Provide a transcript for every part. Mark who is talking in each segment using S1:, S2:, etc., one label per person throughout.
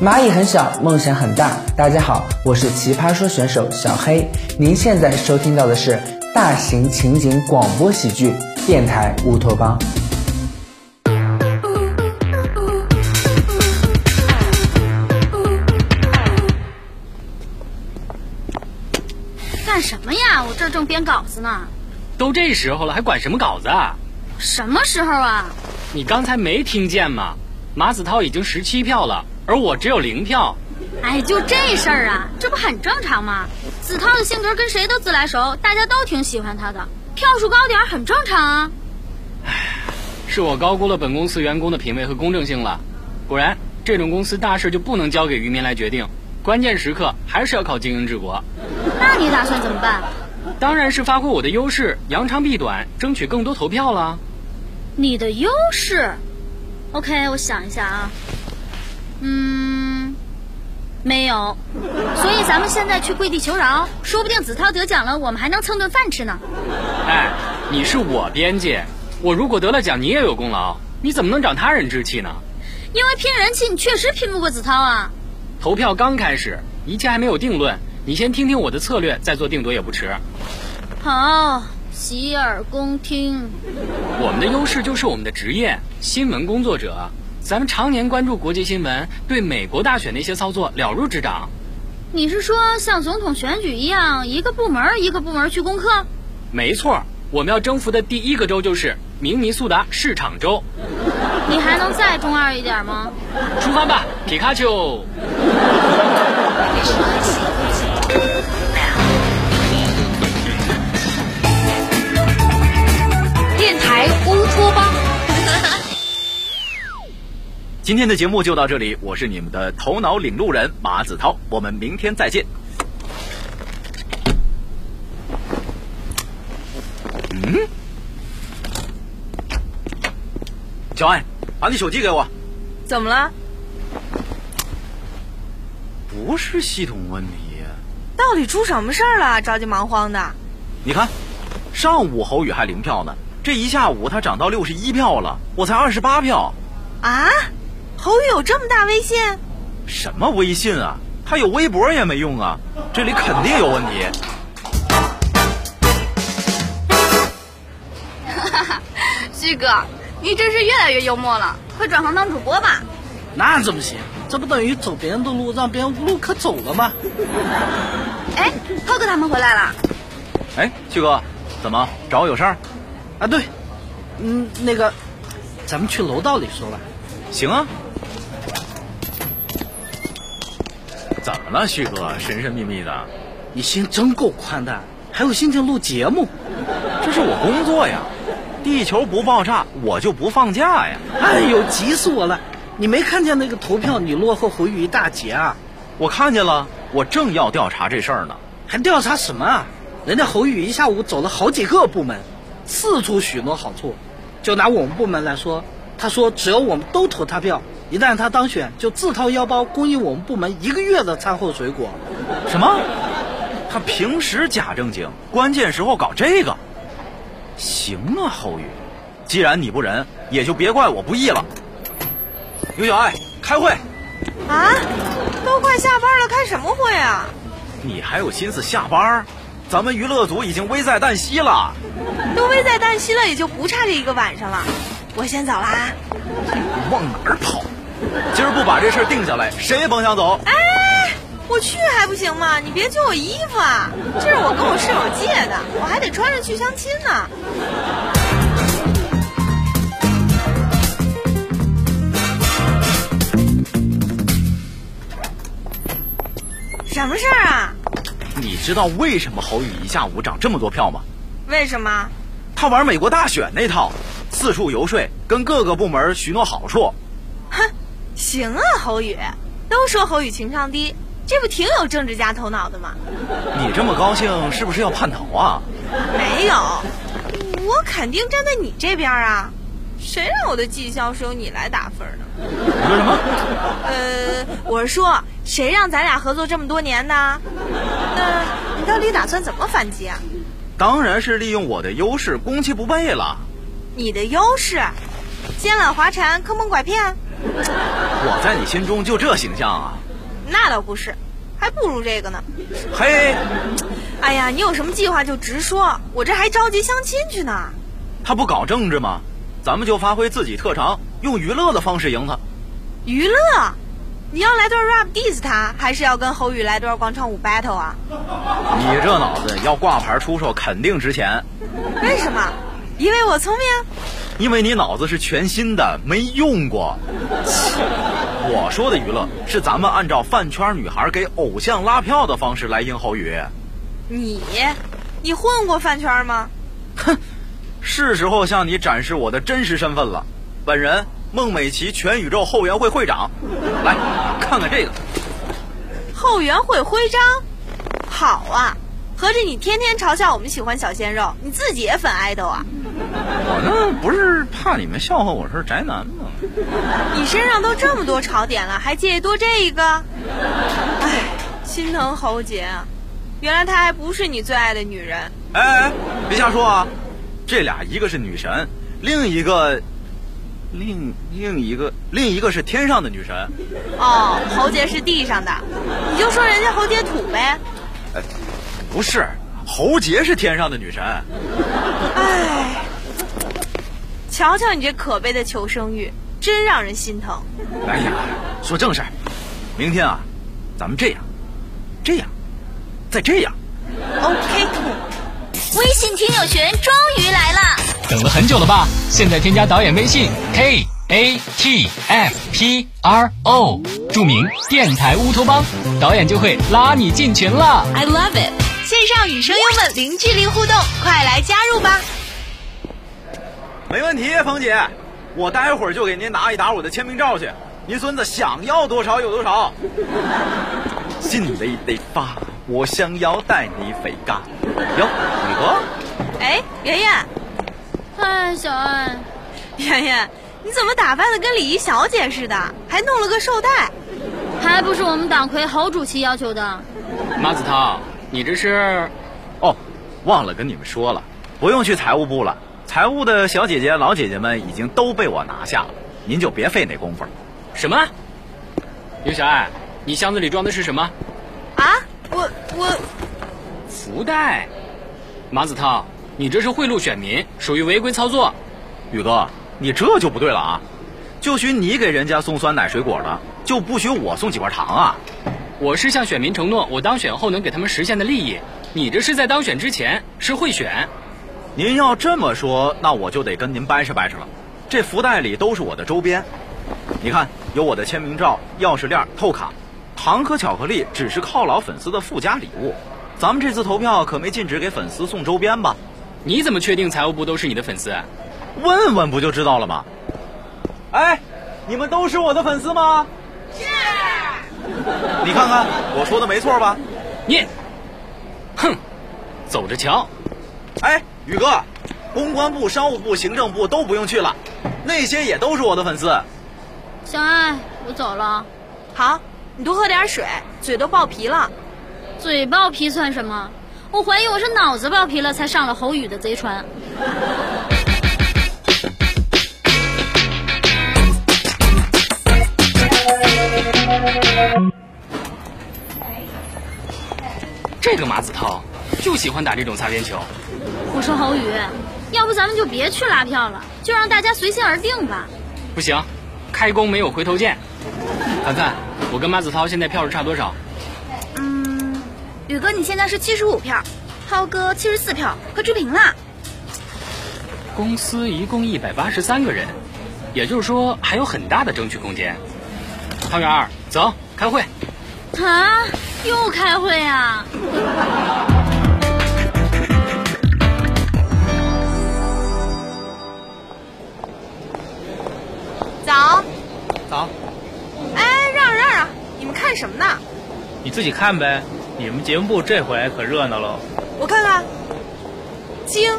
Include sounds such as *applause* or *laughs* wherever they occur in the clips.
S1: 蚂蚁很小，梦想很大。大家好，我是奇葩说选手小黑。您现在收听到的是大型情景广播喜剧《电台乌托邦》。
S2: 干什么呀？我这儿正编稿子呢。
S3: 都这时候了，还管什么稿子啊？
S2: 什么时候啊？
S3: 你刚才没听见吗？马子涛已经十七票了，而我只有零票。
S2: 哎，就这事儿啊，这不很正常吗？子韬的性格跟谁都自来熟，大家都挺喜欢他的，票数高点儿很正常啊。
S3: 是我高估了本公司员工的品味和公正性了。果然，这种公司大事就不能交给渔民来决定，关键时刻还是要靠经营治国。
S2: 那你打算怎么办？
S3: 当然是发挥我的优势，扬长避短，争取更多投票啦。
S2: 你的优势？OK，我想一下啊。嗯，没有。所以咱们现在去跪地求饶，说不定子韬得奖了，我们还能蹭顿饭吃呢。
S3: 哎，你是我编辑，我如果得了奖，你也有功劳，你怎么能长他人志气呢？
S2: 因为拼人气，你确实拼不过子韬啊。
S3: 投票刚开始，一切还没有定论，你先听听我的策略，再做定夺也不迟。
S2: 好，洗耳恭听。
S3: 我们的优势就是我们的职业，新闻工作者。咱们常年关注国际新闻，对美国大选的一些操作了如指掌。
S2: 你是说像总统选举一样，一个部门儿一个部门儿去攻克？
S3: 没错，我们要征服的第一个州就是明尼苏达市场州。
S2: 你还能再中二一点吗？
S3: 出发吧，皮卡丘！
S4: 电台乌托邦。
S5: 今天的节目就到这里，我是你们的头脑领路人马子涛，我们明天再见。嗯，小艾，把你手机给我。
S6: 怎么了？
S5: 不是系统问题，
S6: 到底出什么事儿了？着急忙慌的。
S5: 你看，上午侯宇还零票呢，这一下午他涨到六十一票了，我才二十八票。
S6: 啊，侯宇有这么大威信？
S5: 什么微信啊？他有微博也没用啊，这里肯定有问题。
S4: 旭哥，你真是越来越幽默了，快转行当主播吧。
S7: 那怎么行？这不等于走别人的路，让别人无路可走了吗？
S4: 哎，涛哥他们回来了，
S5: 哎，旭哥，怎么找我有事儿？
S7: 啊，对，嗯，那个，咱们去楼道里说吧。
S5: 行啊。怎么了，旭哥？神神秘秘的，
S7: 你心真够宽的，还有心情录节目？
S5: 这是我工作呀。地球不爆炸，我就不放假呀。
S7: 哎呦，急死我了！你没看见那个投票你落后侯宇一大截啊？
S5: 我看见了，我正要调查这事儿呢。
S7: 还调查什么啊？人家侯宇一下午走了好几个部门，四处许诺好处。就拿我们部门来说，他说只要我们都投他票，一旦他当选，就自掏腰包供应我们部门一个月的餐后水果。
S5: 什么？他平时假正经，关键时候搞这个？行啊，侯宇，既然你不仁，也就别怪我不义了。刘小爱，开会，
S6: 啊，都快下班了，开什么会啊？
S5: 你还有心思下班儿？咱们娱乐组已经危在旦夕了。
S6: 都危在旦夕了，也就不差这一个晚上了。啊我先走啦。
S5: 往哪儿跑？今儿不把这事儿定下来，谁也甭想走。
S6: 哎，我去还不行吗？你别揪我衣服啊！这是我跟我室友借的，我还得穿着去相亲呢。什么事儿啊？
S5: 你知道为什么侯宇一下午涨这么多票吗？
S6: 为什么？
S5: 他玩美国大选那套，四处游说，跟各个部门许诺好处。
S6: 哼，行啊，侯宇，都说侯宇情商低，这不挺有政治家头脑的吗？
S5: 你这么高兴，是不是要叛逃啊？
S6: 没有，我肯定站在你这边啊！谁让我的绩效是由你来打分呢？
S5: 你说什么？
S6: 呃，我是说，谁让咱俩合作这么多年呢？那你到底打算怎么反击啊？
S5: 当然是利用我的优势攻其不备了。
S6: 你的优势，奸懒滑缠，坑蒙拐骗，
S5: 我在你心中就这形象啊？
S6: 那倒不是，还不如这个呢。
S5: 嘿，
S6: 哎呀，你有什么计划就直说，我这还着急相亲去呢。
S5: 他不搞政治吗？咱们就发挥自己特长，用娱乐的方式赢他。
S6: 娱乐，你要来段 rap diss 他，还是要跟侯宇来段广场舞 battle 啊？
S5: 你这脑子要挂牌出售，肯定值钱，
S6: 为什么？因为我聪明。啊
S5: 因为你脑子是全新的，没用过。 *laughs* 我说的娱乐是咱们按照饭圈女孩给偶像拉票的方式来赢侯宇。
S6: 你，你混过饭圈吗？
S5: 是时候向你展示我的真实身份了。本人孟美岐全宇宙后援会会长，来看看这个。
S6: 后援会徽章，好啊！合着你天天嘲笑我们喜欢小鲜肉，你自己也粉爱豆啊？
S5: 我那不是怕你们笑话我是宅男吗？
S6: 你身上都这么多槽点了，还介意多这一个？哎，心疼侯杰啊！原来她还不是你最爱的女人。
S5: 哎哎，别瞎说啊！这俩一个是女神，另一个，另另一个另一个是天上的女神。
S6: 哦，侯杰是地上的，你就说人家侯杰土呗。
S5: 不是，侯杰是天上的女神。
S6: 哎，瞧瞧你这可悲的求生欲，真让人心疼。
S5: 哎呀，说正事儿，明天啊，咱们这样，这样，再这样。
S6: OK，
S2: 微信听友群终于来了。
S3: 等了很久了吧？现在添加导演微信 k a t f p r o，注明“电台乌托邦”，导演就会拉你进群啦。
S2: I love it。
S6: 线上与声优们零距离互动，快来加入吧！
S5: 没问题，冯姐，我待会儿就给您拿一沓我的签名照去。您孙子想要多少有多少。心里得发，我想要带你飞嘎。哟，宇哥，
S6: 哎，圆圆，
S2: 哎，小爱，
S6: 圆圆，你怎么打扮的跟礼仪小姐似的，还弄了个绶带？
S2: 还不是我们党魁侯主席要求的。
S3: 马子涛，你这是？
S5: 哦，忘了跟你们说了，不用去财务部了，财务的小姐姐、老姐姐们已经都被我拿下了，您就别费那功夫了。
S3: 什么？刘小爱，你箱子里装的是什么？
S6: 啊，我我
S3: 福袋。马子涛，你这是贿赂选民，属于违规操作。
S5: 宇哥，你这就不对了啊！就许你给人家送酸奶水果了，就不许我送几块糖啊！
S3: 我是向选民承诺，我当选后能给他们实现的利益。你这是在当选之前，是贿选。
S5: 您要这么说，那我就得跟您掰扯掰扯了。这福袋里都是我的周边，你看，有我的签名照、钥匙链、透卡，糖和巧克力只是犒劳粉丝的附加礼物。咱们这次投票可没禁止给粉丝送周边吧？
S3: 你怎么确定财务部都是你的粉丝？
S5: 问问不就知道了吗？哎，你们都是我的粉丝吗？是。你看看，我说的没错吧？
S3: 你，哼，走着瞧。
S5: 哎，宇哥，公关部、商务部、行政部都不用去了，那些也都是我的粉丝。
S2: 小爱，我走了。
S6: 好，你多喝点水，嘴都爆皮了。
S2: 嘴爆皮算什么？我怀疑我是脑子爆皮了，才上了侯宇的贼船。
S3: 这个马子涛就喜欢打这种擦边球。
S2: 我说侯宇，要不咱们就别去拉票了，就让大家随心而定吧。
S3: 不行，开弓没有回头箭。凡凡，我跟马子涛现在票数差多少？
S4: 嗯，宇哥你现在是七十五票，涛哥七十四票，快追平了。
S3: 公司一共一百八十三个人，也就是说还有很大的争取空间。汤圆儿，走，开会。
S2: 啊，又开会啊！
S6: 早，
S3: 早，
S6: 哎，让让让，你们看什么呢？
S8: 你自己看呗。你们节目部这回可热闹喽！
S6: 我看看，经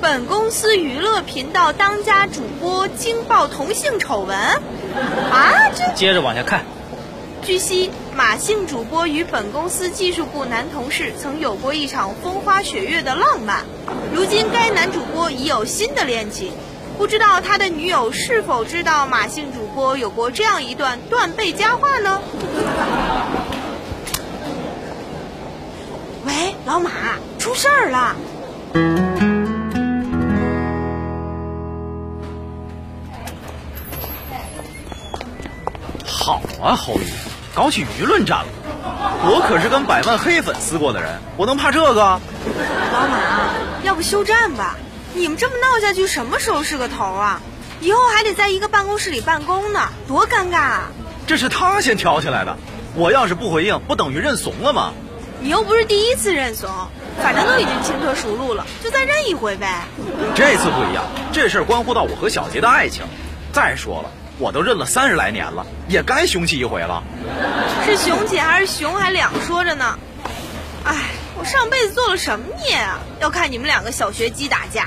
S6: 本公司娱乐频道当家主播惊爆同性丑闻，啊，这
S8: 接着往下看，
S6: 据悉，马姓主播与本公司技术部男同事曾有过一场风花雪月的浪漫，如今该男主播已有新的恋情，不知道他的女友是否知道马姓主播有过这样一段断背佳话呢？喂，老马，出事儿了！
S5: 好啊，侯宇，搞起舆论战了。我可是跟百万黑粉撕过的人，我能怕这个？
S6: 老马，要不休战吧？你们这么闹下去，什么时候是个头啊？以后还得在一个办公室里办公呢，多尴尬啊！
S5: 这是他先挑起来的，我要是不回应，不等于认怂了吗？
S6: 你又不是第一次认怂，反正都已经轻车熟路了，就再认一回呗。
S5: 这次不一样，这事儿关乎到我和小杰的爱情。再说了，我都认了三十来年了，也该雄起一回了。
S6: 是熊姐还是熊还两说着呢。哎，我上辈子做了什么孽啊？要看你们两个小学鸡打架。